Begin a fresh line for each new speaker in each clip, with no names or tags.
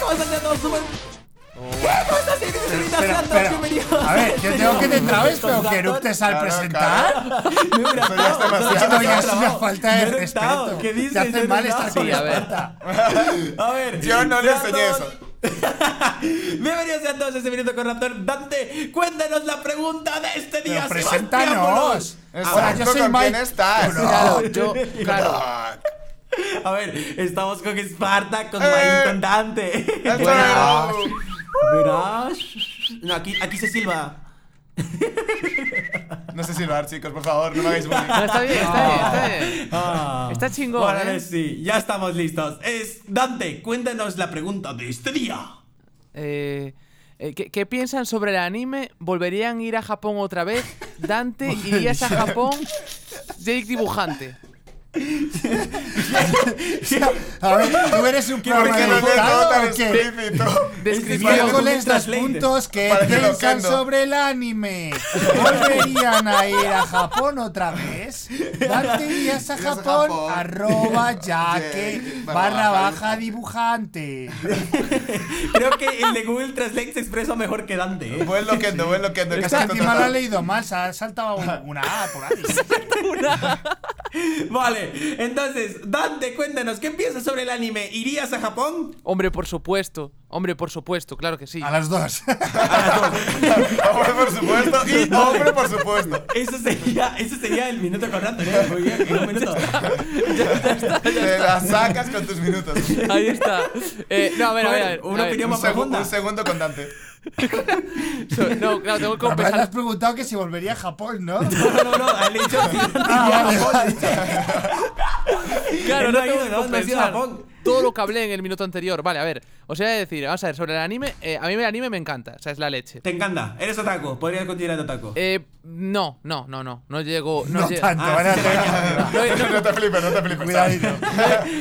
¿Cómo están a todos? Súper- ¿Qué? ¿Cómo estás? Bienvenidas
Oh. espera,
sean todos
espera.
bienvenidos.
A ver, yo tengo que te trabes, pero que eructes al
Claro,
presentar.
Me he
Pero ya es
huracado,
demasiado.
no,
Esto
no,
ya
no,
es
no,
una
no.
falta de
Me he huracado.
respeto.
¿Qué dices?
Te
Me he
hacen mal estar
huracado.
con
Sí, a
la
ver.
falta.
A ver.
Yo no le
sean
enseñé
todos-
eso.
Bienvenidos sean todos a este minuto con Raptor. Dante, cuéntanos la pregunta de este día.
Pero
Sebastián
preséntanos.
Exacto,
Hola, yo soy
¿con quién
Mike.
estás?
Claro, yo, claro.
Ah,
Bolón. A ver, estamos con Esparta, con
Eh.
Maín, con Dante.
el
Buenas.
torero.
Verás. No, aquí, aquí se silba.
No sé silbar, chicos, por favor, no me hagáis
No,
bullying.
está bien, está bien, está bien.
Ah.
Está chingón,
Bueno,
¿eh?
ahora sí, ya estamos listos. Es Dante, cuéntanos la pregunta de este día.
Eh, eh, ¿qué, qué piensan sobre el anime? ¿Volverían a ir a Japón otra vez? ¿Dante irías a Japón? Jake dibujante.
A ver, tú eres un
¿Por
programa
qué
de
no le
dibujado,
tan
¿o qué?
explícito?
Descripción.
Miércoles
Para
los
que lo
puntos que
Para que lo
piensan
cando.
sobre el anime. ¿Volverían a ir a Japón otra vez? Dante irías a
Irías a
Japón,
Japón.
arroba yaque
Yeah,
barra
barra
baja
baja
dibujante.
Creo que el de Google Translate se expresa mejor que Dante. ¿eh?
Buen loquendo, buen loquendo. que
Es
has
que encima lo
encontrado.
he leído mal, se ha saltado un- una A por ahí.
Vale, entonces, Dante, cuéntanos, ¿qué piensas sobre el anime? ¿Irías a Japón?
Hombre, por supuesto. Hombre, por supuesto, claro que sí.
A las dos.
Hombre, por supuesto. Y hombre, por supuesto.
Eso sería, eso sería el minuto con Dante, ¿eh? Muy bien, un minuto.
Te la sacas con tus minutos.
Ahí está. Eh, no, a ver, a ver. a ver,
Una
a ver.
opinión
Un,
más
segu-
profunda.
un segundo con Dante.
So- No, claro, tengo que
Pero me has
compensar.
preguntado que si volvería a Japón, ¿no?
No, no, no, él ha dicho que Dante iría a Japón, ha dicho.
Ah, Claro,
Él
no
no ha
tengo
ido,
que
¿no? No ha sido
compensar
Japón.
todo lo que hablé en el minuto anterior. Vale, a ver. Os voy a decir, vamos a ver, sobre el anime. eh, a mí el anime me encanta, o sea, es la leche.
Te encanta, eres otaku, podrías continuar otaku.
Eh, no, no, no, no. No llego. No,
No
lle-
tanto,
Ah,
vale,
sí se
No, no, no,
No te flipes, no te
pues
flipes.
Cuidadito.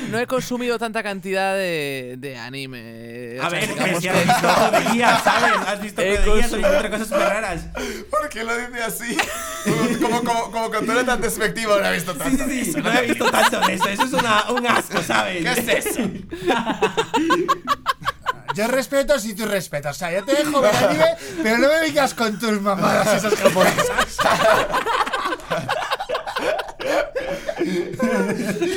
no he consumido tanta cantidad de, de anime.
A
O sea,
ver,
digamos
pero si
que-
has visto codillas, ¿sabes? Has visto
Eh,
codillas,
con
son
su-
otras cosas súper raras.
¿Por qué lo dice así? Como, como, como con tono tan despectivo, no he visto tanto.
Sí, sí, sí, no he visto tanto de eso. Eso es una, un asco, ¿sabes?
¿Qué es eso?
Yo respeto si tú respetas. O sea, yo te dejo ver anime, pero no me vengas con tus mamadas esas japonesas.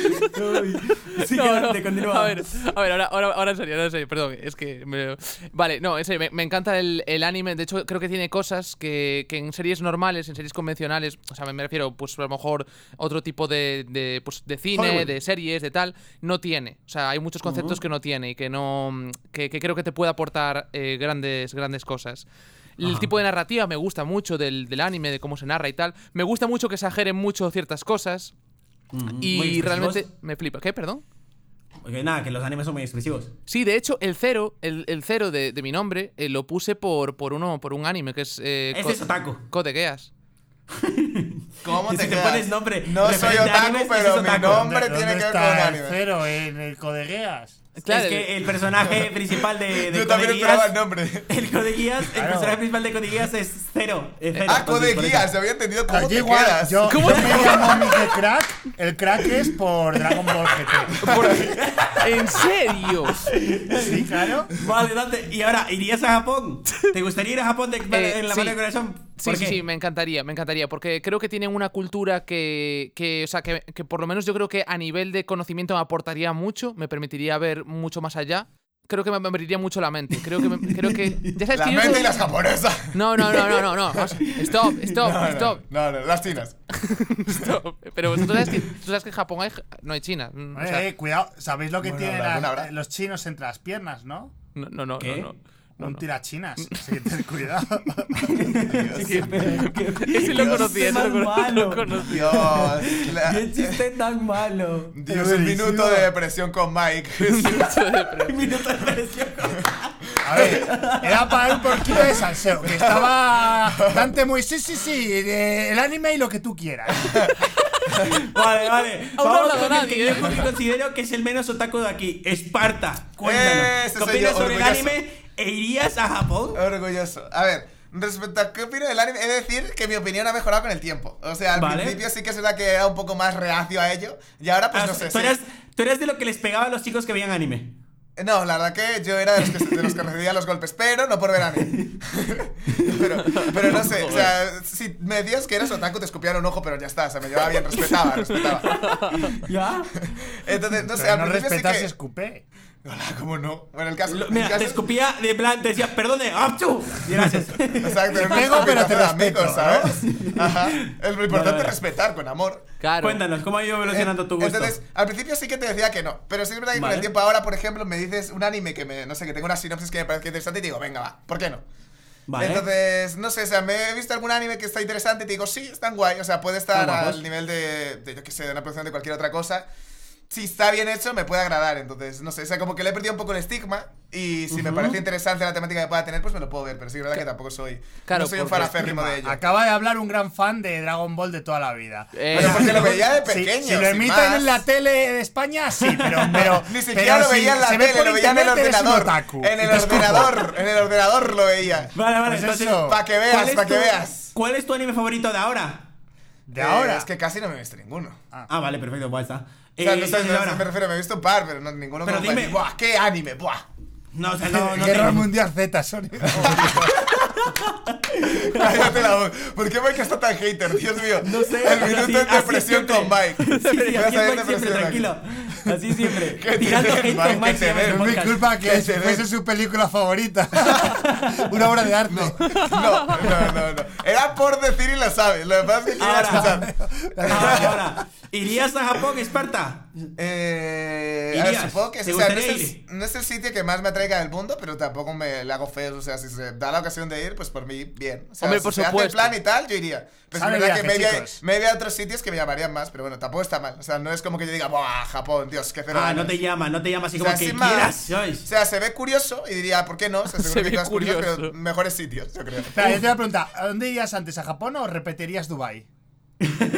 Sí,
No, no.
te continúa.
A ver, a ver, ahora, ahora, ahora en serio, ahora en serio, perdón, es que... me- Vale, no, en serio, me, me encanta el, el anime, de hecho creo que tiene cosas que, que en series normales, en series convencionales, o sea, me, me refiero, pues a lo mejor otro tipo de, de, pues, de cine,
Hollywood.
de series, de tal, no tiene. O sea, hay muchos conceptos que no tiene y que no... mm, que, que creo que te puede aportar eh, grandes, grandes cosas. El tipo de narrativa me gusta mucho del, del anime, de cómo se narra y tal. Me gusta mucho que exageren mucho ciertas cosas.
Mm, muy
Y
expresivos.
realmente me flipa. ¿Qué? Perdón.
Porque nada, que los animes son muy expresivos.
Sí, de hecho, el cero, el, el cero de, de mi nombre, eh, lo puse por, por uno, por un anime que es eh,
Ese
Co-
es otaku.
Code Geass.
¿Cómo
Y
te
si te
quedas?
pones nombre
No soy
referente a animes,
otaku,
ese
pero
es
mi
otaku.
nombre
¿Dónde
tiene que ver con
está el
anime.
cero en el codegueas?
Claro,
es que eh, el personaje principal de, de
Yo también
Code Geass-
esperaba el nombre.
El Codeguías, el
Claro.
personaje principal de Codeguías es cero. Es cero
Ah,
entonces, por
Codeguías,
eso.
se había entendido
Claro,
cómo
yo
te
igual,
quedas.
yo,
¿Cómo
yo
te
me llamo Mike Crack, el crack es por Dragon Ball GT.
¿En serio?
Sí, claro.
Vale, Dante. Y ahora, ¿irías a Japón? ¿Te gustaría ir a Japón de,
Eh,
en la
sí.
mano del corazón?
Sí,
¿Por
sí,
qué?
sí, me encantaría, me encantaría, porque creo que tienen una cultura que, que o sea, que, que por lo menos yo creo que a nivel de conocimiento me aportaría mucho, me permitiría ver mucho más allá. Creo que me me abriría mucho la mente. Creo que, me- creo que, ya sabes
La
que yo
mente
soy-
y las japonesas.
No, no, no, no, no, no. vamos, Stop, stop,
No,
stop.
no, no, no, las chinas.
Stop. Pero tú sabes que, tú sabes que en Japón hay ja- no hay China. mm, o
Eh,
sea,
eh, cuidado, sabéis lo que
Bueno,
tienen
habrá,
las-
habrá.
eh, los chinos entre las piernas, ¿no?
no, no, no,
¿Qué?
no,
Un tirachinas, así que ten cuidado.
Sí, pero qué-
Ese lo
qué
conocí, ese
chiste más
lo conocí, lo
malo.
conocí.
Dios, la-
Qué chiste tan malo.
Dios, un minuto de depresión con Mike.
Minuto de presión.
A ver, era para ir por kilo de salseo, que estaba Dante muy, sí, sí, sí, eh, el anime y lo que tú quieras.
Vale, vale.
Aún no ha
Vamos
hablado
con el que
nadie,
yo
¿eh?
creo que considero que es el menos otaku de aquí. Esparta, cuéntanos. ¿Qué
Ese soy
opinas
yo,
sobre el
orgulloso. Ah,
anime? ¿E irías a Japón?
Orgulloso. A ver, respecto a qué opino del anime, he de decir que mi opinión ha mejorado con el tiempo. O sea, al
Vale.
principio sí que es verdad que era un poco más reacio a ello. Y ahora, pues
Ah,
no sé.
tú,
sí.
eras, tú eras de lo que les pegaba a los chicos que veían anime.
Eh, No, la verdad que yo era de los que, de los que recibía los golpes, pero no por ver a mí. pero, pero no sé, o sea, si me decías que eras otaku, te escupían un ojo, pero ya está, se me llevaba bien, respetaba, respetaba.
¿Ya?
Entonces, no sé,
Pero
al
no
principio sí
respetas
que...
escupé.
Hola, ¿cómo no? Bueno, el caso...
Lo-
el
Mira,
caso-
te escupía de plan, te decía, perdone, ¡apchu! Y Gracias.
Exacto, era una
Pego, pero te
escupitazo de amigos,
respeto,
¿sabes? Ajá. Es lo importante
vale.
respetar con amor.
Claro.
Cuéntanos, ¿cómo ha ido evolucionando tu gusto?
Entonces, al principio sí que te decía que no, pero sí es verdad que con
Vale.
el tiempo ahora, por ejemplo, me dices un anime que me, no sé, que tengo una sinopsis que me parece interesante y digo, venga, va, ¿por qué no?
vale.
Entonces, no sé, o sea, me he visto algún anime que está interesante y te digo, sí, están guay, o sea, puede estar
Están guapos.
al nivel de, de, yo qué sé, de una producción de cualquier otra cosa. Si está bien hecho, me puede agradar, entonces, no sé, o sea, como que le he perdido un poco el estigma y si me parece interesante la temática que pueda tener, pues me lo puedo ver, pero sí, es verdad que tampoco soy,
Claro,
no soy un
porque
fanaférrimo de ello.
Acaba de hablar un gran fan de Dragon Ball de toda la vida.
Eh,
Pero
pues,
porque lo veía de
Si-
pequeño,
Si,
sin
lo emitan
más.
en la tele de España, sí, pero. pero
Ni
pero
siquiera lo
si
veía en la
se ve
tele,
por
lo veía en el
internet, eres un
ordenador.
otaku.
En
Y
el
te escupo.
ordenador, en el ordenador lo veía.
vale, vale,
pues
entonces.
eso.
Pa' que
¿cuál
veas,
es
pa' que
tu-
veas.
¿Cuál es tu anime favorito de ahora?
De
Eh,
ahora.
Es que casi no me he visto ninguno.
Ah, vale, perfecto, pues está.
O sea,
Eh,
no sé,
de
no,
ahora.
me refiero, me he visto un par, pero no, ninguno
Pero
como para
dime-
decir, ¡Buah, qué anime! ¡Buah!
No, o sea, no, no
Guerra
tengo-
Mundial Z, Sony.
Cállate la boca. ¿Por qué Mike está tan hater? Dios mío.
No sé.
El
o sea,
minuto
sí,
de
así
depresión
siempre.
con Mike.
Sí, sí, así
Vas a
es Mike
ver
siempre,
depresión aquí.
tranquilo. Así siempre.
Que
Tirando
te den,
hate con
Mike,
Mike
que
se llama
te den.
el
No es mi
podcast.
culpa que
Que se
fuese
den.
su película favorita. Una obra de arte.
No, no, no, no. Era por decir y lo sabes. Lo que pasa es que quiero
Ahora.
escuchar.
Ahora, ahora. ¿Irías a Japón, Esparta?
Eh, a ver,
¿Irías?
supongo que
¿Te
o sea, no, es
gustaría
el,
ir?
no es el sitio que más me atraiga del mundo, pero tampoco me le hago feo. O sea, si se da la ocasión de ir, pues por mí, bien. O sea,
Hombre,
si
por
se hace el
supuesto.
plan y tal, yo iría. Pero es
Sale
verdad que
viaje,
me había,
chicos.
me había otros sitios que me llamarían más, pero bueno, tampoco está mal. O sea, no es como que yo diga, ¡buah, Japón, Dios, qué cero!
Ah,
ganas".
no te llama, no te llama así
O
como
sea,
que
sin más.
quieras,
O
¿sabes?
sea, se ve curioso y diría, ¿por qué no? O sea, seguro
Se
que
ve
cosas curiosas, pero
curioso.
mejores sitios, yo creo.
Eh.
Espera, yo te voy a preguntar, ¿a dónde irías antes? ¿A Japón o repetirías Dubai?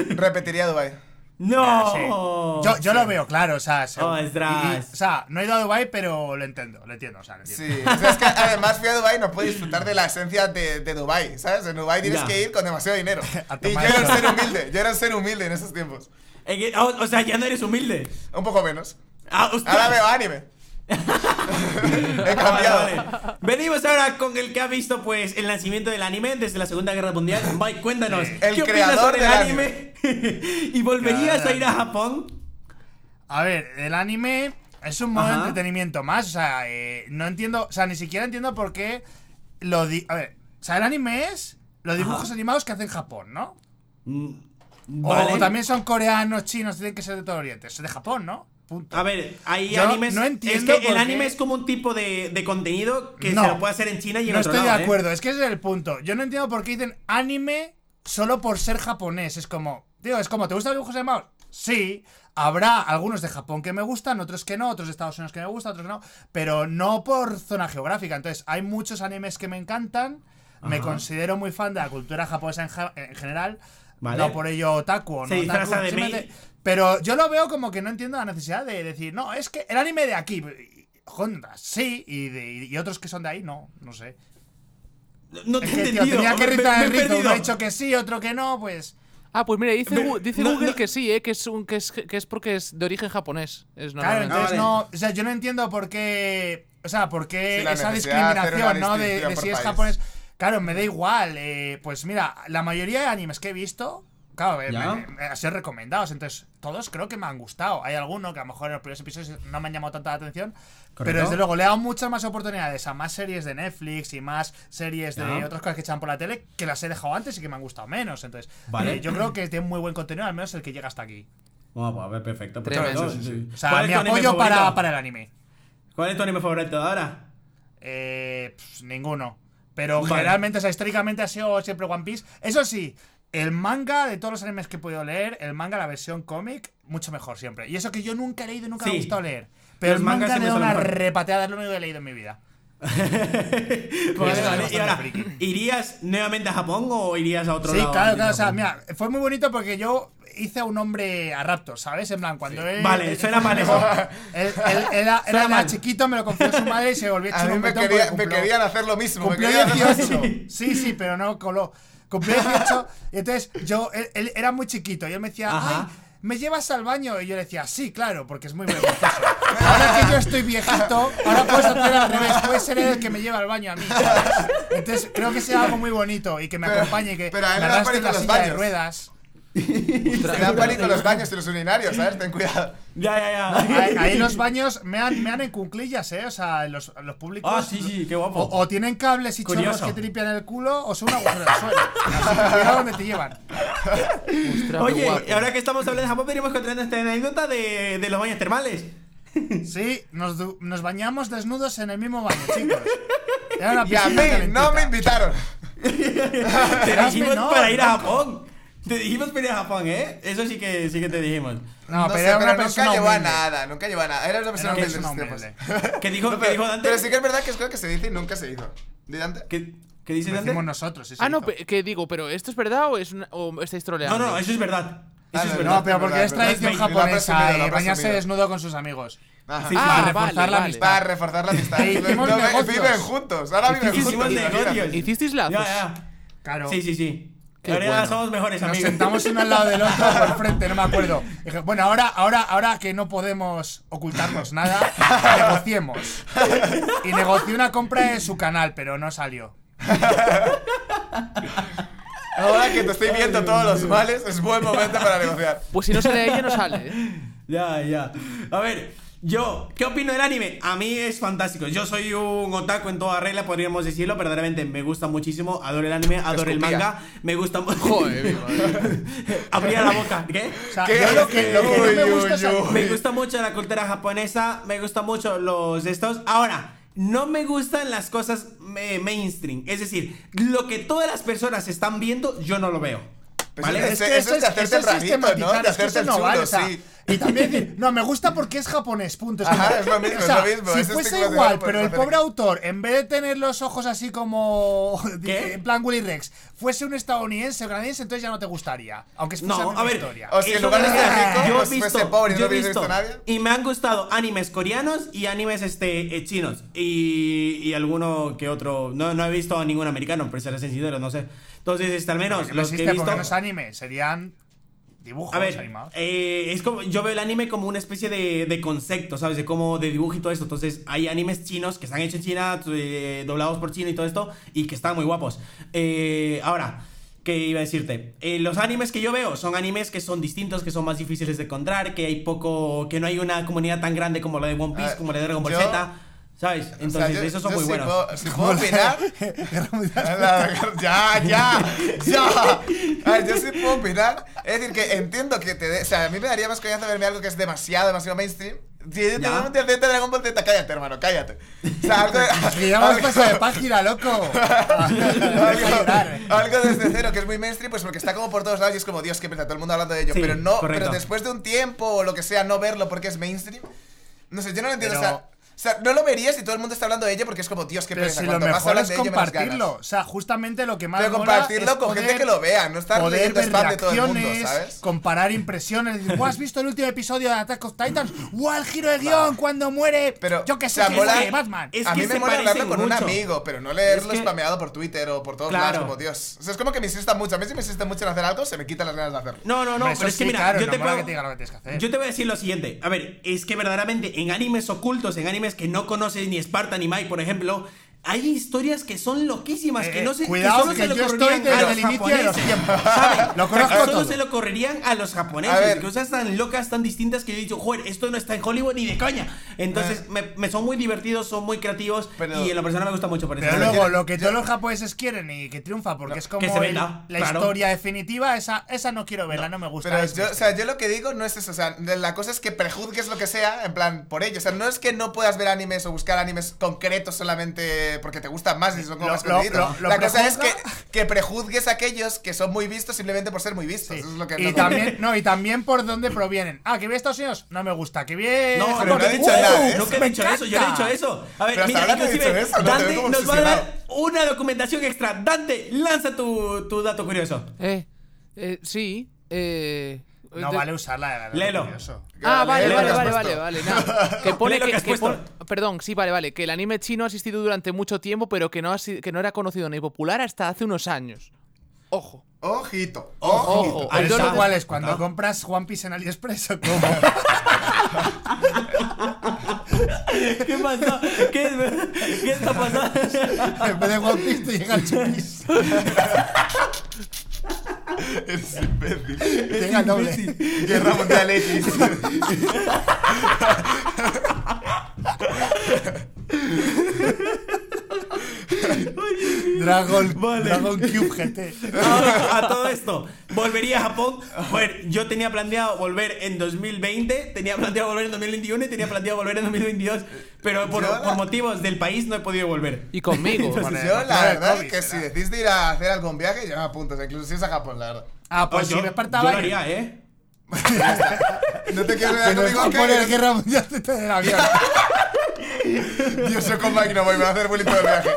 Repetiría Dubai.
¡No!
Yo, yo lo veo, claro, o sea, se-
Oh, Esdras.
y- y- o sea, no he ido a Dubai, pero lo entiendo, lo entiendo, o sea, lo entiendo.
Sí, o sea, es que además fui a Dubai y no pude disfrutar de la esencia de, de Dubai, ¿sabes? En Dubai tienes
Ya.
que ir con demasiado dinero.
A
Y yo
tomar
era un
eso.
ser humilde, yo era un ser humilde en esos tiempos.
Eh, que- O, o sea, ya no eres humilde.
Un poco menos.
Ah, ostras.
Ahora veo anime. He
Ah, vale,
cambiado.
vale. Venimos ahora con el que ha visto pues el nacimiento del anime desde la Segunda Guerra Mundial. Mike, cuéntanos.
El
¿Qué opinas
creador
sobre el
del
anime? ¿Y volverías a ir a Japón?
A ver, el anime es un modo de
Ajá.
entretenimiento más, o sea, eh, no entiendo, o sea, ni siquiera entiendo por qué lo di A ver, o sea, el anime es los dibujos animados que hacen Japón, ¿no? O, o también son coreanos, chinos, tienen que ser de todo Oriente, es de Japón, ¿no? Punto.
A ver, hay
Yo
animes.
no entiendo
es que el
por qué-
anime es como un tipo de, de contenido que
No.
se lo puede hacer en China y en
no
otro
estoy
lado,
de
¿eh?
acuerdo, es que ese es el punto. Yo no entiendo por qué dicen anime solo por ser japonés. Es como, digo, es como, ¿te gustan los dibujos animados? Sí, habrá algunos de Japón que me gustan, otros que no, otros de Estados Unidos que me gustan, otros que no, pero no por zona geográfica. Entonces, hay muchos animes que me encantan, me considero muy fan de la cultura japonesa en, ja- en general,
Vale.
no por ello otaku o no
Se disfraza
otaku,
de
simplemente-
mei.
pero yo lo veo como que no entiendo la necesidad de decir, no, es que el anime de aquí, Honda, sí, y, de, y otros que son de ahí, no, no sé.
No te he
Es que, tío,
entendido.
tenía que
me-
irritar
me
el
he
ritmo. Uno
perdido.
ha dicho que sí, otro que no, pues.
Ah, pues mira, dice,
Pero-
Gu- dice
no,
Google
no.
que sí, eh, que, es un, que, es, que es porque es de origen japonés. Es
Claro,
normalmente.
vale.
entonces no. O sea, yo no entiendo por qué. O sea, por qué
Ah, Sí, la
esa
necesidad de hacer
discriminación,
una
¿no? De,
distinción
de
por
si es
país.
japonés. Claro, me da igual. eh, pues mira, la mayoría de animes que he visto. Claro, me-
Ya.
me- me han sido recomendados. Entonces, todos creo que me han gustado. Hay alguno que a lo mejor en los primeros episodios no me han llamado tanta la atención. Pero
Correcto.
desde luego le he dado muchas más oportunidades a más series de Netflix y más series de
Ya.
otras cosas que echan por la tele que las he dejado antes y que me han gustado menos. Entonces,
Vale.
eh, yo creo que tiene muy buen contenido, al menos el que llega hasta aquí.
Vamos a ver, perfecto. pues,
Tremendo,
claro,
sí,
sí.
O sea,
¿Cuál es
mi
tu anime
apoyo para,
favorito?
para el anime.
¿Cuál es tu anime favorito de ahora?
Eh, pf, ninguno. Pero
Vale.
generalmente, o sea, históricamente ha sido siempre One Piece. Eso sí, el manga de todos los animes que he podido leer, el manga, la versión cómic, mucho mejor siempre. Y eso que yo nunca he leído, y nunca me
Sí.
ha gustado leer. Pero
Los
el manga
mangas
le da
siempre
una
son mejor.
repateada, es lo único que he leído en mi vida.
Vale,
es
vale. Y
bastante
ahora,
friki.
¿irías nuevamente a Japón o irías a otro
Sí,
lado?
claro,
de
claro. O sea,
Japón?
mira, fue muy bonito porque yo hice a un hombre a Raptor, ¿sabes? En plan, cuando él.
Vale, suena mal eso.
Él, él era, era
Suena
más
mal.
chiquito, me lo confió su madre y se volvió
A
chulo
mí
un
me,
petón
quería-
porque
me
cumplió-
querían hacer lo mismo. Me
Cumplió
querían hacer lo
18.
mismo.
Sí, sí, pero no coló. Cumplió 18. Y entonces yo, él, él era muy chiquito. Y él me decía,
Ajá.
ay, ¿me llevas al baño? Y yo le decía, sí, claro, porque es muy vergonzoso. Ahora que yo estoy viejito, ahora puedes hacer al revés, puedes ser el que me lleva al baño a mí. ¿sabes? Entonces creo que sea algo muy bonito y que me
Pero-
acompañe y que
pero a él
me
le da
arrastre en
pánico
la
los
silla de
baños.
ruedas.
Te dan pánico los baños y los urinarios, ¿sabes? Ten cuidado.
Ya, ya, ya.
Ahí, ahí los baños me han, me han en cunclillas, ¿eh? O sea, en los, en los públicos.
Ah, sí, sí, qué guapo.
O, o tienen cables y chorros
Curioso.
que te limpian el culo o son un agujero del suelo. Así que cuidado donde te llevan.
Ostras, qué
Oye,
guapo.
ahora que estamos hablando de Japón, venimos contando esta anécdota de, de los baños termales.
Sí, nos, du- nos bañamos desnudos en el mismo baño, chicos. Era una
Y a
piscina
mí
calentita.
no me invitaron.
Te
Eras
dijimos
menor,
para ir a
¿no?
Japón. Te dijimos para ir a Japón, ¿eh? Eso sí que, sí que te dijimos.
No, pero
sé,
era una
nunca
persona
llevó a
humilde.
nada, nunca llevó a nada. Era una
Era
persona
una
humilde en
persona
esos tiempos.
humilde.
¿Qué dijo,
No,
qué dijo Dante?
pero sí que es verdad que es cosa que se dice y nunca se hizo. ¿De Dante?
¿Qué, qué dice
Lo
Dante?
hicimos nosotros. sí, sí,
Ah, no,
hizo.
pe- que digo, pero ¿esto es verdad o, es una- o estáis
No,
troleando?
no, eso es verdad.
Ah,
Eso es
no,
verdad.
No, pero porque
Verdad,
es
verdad.
tradición
Lo ha
japonesa
presumido, lo ha
eh, bañarse
presumido.
desnudo con sus amigos.
Ajá.
Sí,
Ah,
para
vale,
reforzar la
Este,
vale.
amistad.
Para reforzar la amistad.
Hicimos
No, ve-
negocios.
viven juntos, ahora viven
Hicimos
juntos.
negocios.
imagínate.
¿Hicisteis lazos?
Ya, ya.
Claro.
Sí, sí, sí.
Qué
ahora
bueno.
somos mejores
Nos
amigos.
sentamos uno al lado del otro por frente, no me acuerdo. Dije, Bueno, ahora, ahora, ahora que no podemos ocultarnos nada, negociemos. Y negocié una compra en su canal, pero no salió.
Ahora que te estoy viendo todos los males, es buen momento para negociar.
Pues si no sale ella, no sale. ¿eh?
Ya, ya. A ver, yo, ¿qué opino del anime? A mí es fantástico. Yo soy un otaku en toda regla, podríamos decirlo. Verdaderamente me gusta muchísimo. Adoro el anime, adoro el
escupía.
manga. Me gusta mucho.
Joder, mi
Abría la boca. ¿Qué?
O sea,
¿Qué?
yo lo que, lo que no me
Uy,
gusta
uy,
es
uy.
Me gusta mucho la cultura japonesa, me gusta mucho los de estos. Ahora, no me gustan las cosas eh, mainstream. Es decir, lo que todas las personas están viendo, yo no lo veo.
Pues
¿Vale?
Es
es-
que
eso
eso es,
de
eso
hacerte
es
el rajito, ¿no? De
sistematizar, es que
hacerte
eso
el
no
chulo,
vale, o sea,
sí.
Y también decir, no, me gusta porque es japonés, punto. como-
Ajá, es lo mismo, es lo mismo,
Si
es pues,
fuese
estigmatizado
igual,
por-
pero el
por-
pobre autor, en vez de tener los ojos así como
¿Qué?
en plan Willy Rex, fuese un estadounidense o canadiense, entonces ya no te gustaría. Aunque fuese
No,
la misma
a ver,
historia.
O si en
eso
lugar de
no
ser
es-
rico,
yo he
pues fuese
visto,
pobre y no
yo he
hubiese
visto,
visto a nadie.
y me han gustado animes coreanos y animes este eh, chinos y, y alguno que otro, no, no he visto ningún americano, por ser sincero, no sé. Entonces, este, al menos
Porque no
los que he
existe
visto
porque no es anime, serían dibujos
a ver,
animados.
eh, es como, yo veo el anime como una especie de, de concepto, ¿sabes? De cómo, de dibujo y todo esto. Entonces, hay animes chinos que están hechos en China, eh, doblados por China y todo esto, y que están muy guapos. Eh, ahora, ¿qué iba a decirte? Eh, los animes que yo veo son animes que son distintos, que son más difíciles de encontrar, que hay poco, que no hay una comunidad tan grande como la de One Piece,
Ah,
como la de Dragon Ball
yo-
Z, ¿sabes?
O sea,
Entonces,
yo-
esos son
yo
muy
sí
buenos.
puedo- Si puedo opinar. La- ya, ya, ya. Ay, yo sí puedo opinar. Es decir, que entiendo que te. de- o sea, a mí me daría más confianza verme algo que es demasiado, demasiado mainstream. Si yo
Ya.
tengo un de Dragon Ball Z, cállate, hermano, cállate. O sea, algo.
Que ya hemos
algo-
pues,
pasado de página, loco. Deja
algo,
llorar. eh.
algo desde cero que es muy mainstream, pues porque está como por todos lados y es como, Dios, que pena, todo el mundo hablando de ello.
Sí,
pero no,
correcto.
pero después de un tiempo o lo que sea, no verlo porque es mainstream. No sé, yo no lo entiendo.
Pero-
O, sea, o sea, no lo vería si todo el mundo está hablando de ello porque es como, Dios, que
Pero
pena.
si lo
más
mejor
hablas
es
de ello, menos ganas.
compartirlo. O sea, justamente lo que más
Pero
mola
compartirlo
es
con gente
poder-
que lo vea, no estar
poder
leyendo
ver
spam de todo el mundo,
reacciones,
¿sabes?
comparar impresiones. Decir, "Buah, ¿Has visto el último episodio de Attack of Titans? ¡Wow, el giro de guión! Cuando muere,
Pero,
yo que sé,
o sea,
que
mola-
muere Batman.
es
a
que
mí me
se
mola hablarlo
parecen
con un
mucho.
amigo, pero no leerlo
Es que-
spameado por Twitter o por todos
Claro.
lados, como Dios. O sea, es como que me insista mucho. A mí si me insiste mucho en hacer algo, se me quitan las ganas de hacerlo.
No, no, no,
Hombre, eso
pero es que
sí,
mira,
claro,
yo
no
te
mola
puedo-
que te diga lo que tienes que hacer.
Yo te voy a decir lo siguiente. A ver, es que verdaderamente en animes ocultos, en animes que no conoces ni Sparta ni Mike, por ejemplo, hay historias que son loquísimas, que
Eh,
no se
cuidado,
que solo
que
se le
yo
ocurrirían
estoy
a
desde el inicio de los
japoneses,
tiempos.
¿saben?
Lo
O sea, que
conozco
solo
todo.
se le ocurrirían a los japoneses,
A ver.
cosas tan locas, tan distintas que yo he dicho, joder, esto no está en Hollywood ni de coña. Entonces,
Eh.
me, me son muy divertidos, son muy creativos
Pero-
y en la persona me gusta mucho por eso.
Pero
Yo-
luego,
yo-
lo que todos los japoneses quieren y que triunfa, porque es
que
como
se
el-
venda,
la
claro.
historia definitiva, esa, esa no quiero verla, no, me gusta.
Pero
es
yo, o
mi-
sea, yo lo que digo no es eso, o sea, de- la cosa es que prejuzgues lo que sea, en plan, por ello. O sea, no es que no puedas ver animes o buscar animes concretos solamente porque te gustan más y son como
Lo-
más
lo-
contenidos.
lo- lo
La cosa es que,
prejuzga-
que prejuzgues a aquellos que son muy vistos simplemente por ser muy vistos.
Sí.
Eso es lo que
y
lo que-
también no y también por dónde provienen ah que vi Estados Unidos no me gusta que vi
No,
Japón.
pero no he dicho
¡Uh!
nada.
¿eh?
No que he
me
dicho eso, yo no he dicho
encanta!
eso. A ver,
Pero hasta
mira,
ahora no he dicho
inclusive,
eso, no te veo
Dante
como
nos va a dar
obsesionado.
una documentación extra. Dante, lanza tu, tu dato curioso.
Eh, eh, sí. Eh,
no
de-
vale usarla de verdad,
Léelo.
curioso.
Ah, vale,
Léelo lo
vale,
que
vale,
has
vale,
puesto.
vale, nada. Que pone
Lee lo
que,
que has
que
puesto.
pon- perdón, sí, vale, vale, que el anime chino ha existido durante mucho tiempo, pero que no ha si- que no era conocido ni popular hasta hace unos años. Ojo.
Ojito.
Ojo.
Ojo.
Ojo,
ahí
Pero eso
está.
igual es cuando
Ajá.
compras One Piece en AliExpress o cómo.
¿Qué pasó? ¿Qué, qué está pasando?
en vez de One Piece te llega el chupis.
Eres imbécil.
Te llega el doble.
Guerra Mundial X.
Dragon,
Vale.
Dragon Cube GT.
Ahora, a todo esto, volvería a Japón. Joder, yo tenía planeado volver en 2020, tenía planeado volver en 2021 y tenía planeado volver en 2022. Pero por,
Yo la-
por motivos del país no he podido volver.
Y conmigo.
Entonces,
Yo,
Vale,
la
claro,
verdad,
COVID,
que
será.
si decís de ir a hacer algún viaje, yo me apunto. o sea, Incluso si es a Japón, la verdad.
Ah, pues
yo,
si me
yo
apartaba.
lo haría, ¿eh?
No te quiero ver
Pero
conmigo,
no poner
que
guerra mundial dentro del avión.
yo soy con Mike, no voy, me va a hacer bullying todo el viaje.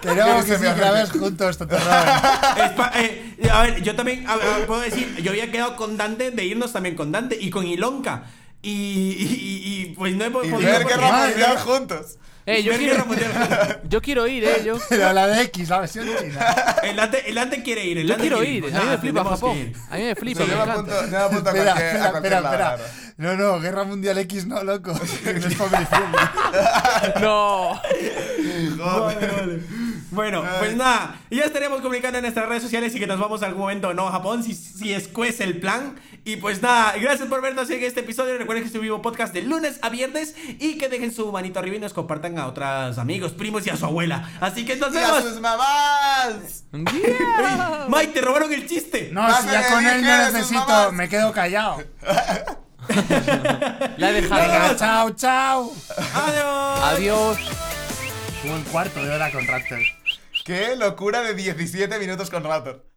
Que no,
Ese
que si
viaje.
grabes juntos, tonto Robert.
Es pa- eh, a ver, yo también a- a- puedo decir, yo había quedado con Dante de irnos también con Dante y con Ilonka. Y, y- y, pues no he po-
Y
podido.
ver
porque-
Guerra
Madre
Mundial
mía.
juntos.
Eh, yo,
Ver
quiero,
Guerra Mundial.
yo quiero ir, eh. Yo.
Pero la de X, la versión china.
el, Dante, el Dante quiere ir. El
Yo
Dante
quiero
quiere
ir.
pues
A mí
nada,
me flipa
tenemos que
Japón.
ir.
A mí me
O
flipa,
sea,
me
yo me apunto yo
encanta.
me apunto a
Espera,
cualquier-
espera,
a cualquier
espera,
lado. la
espera.
verdad.
No, no, guerra mundial X, no, loco. Que no es family friendly.
No.
Vale, vale. Bueno, pues nada, ya estaremos comunicando en nuestras redes sociales y que nos vamos algún momento o no a Japón, si, si es cuece el plan. Y pues nada, gracias por vernos en este episodio. Recuerden que subimos podcast de lunes a viernes y que dejen su manito arriba y nos compartan a otros amigos, primos y a su abuela. Así que nos
¡Y a
vemos.
sus mamás!
Yeah.
Mike, te robaron el chiste.
No, si ya
Pásale,
con él no
dije de sus
necesito,
mamás.
me quedo callado.
La he
Venga,
dejado.
chao, chao.
Adiós.
Adiós.
Buen cuarto de hora con Raptors.
¡Qué locura de 17 minutos con Raptor!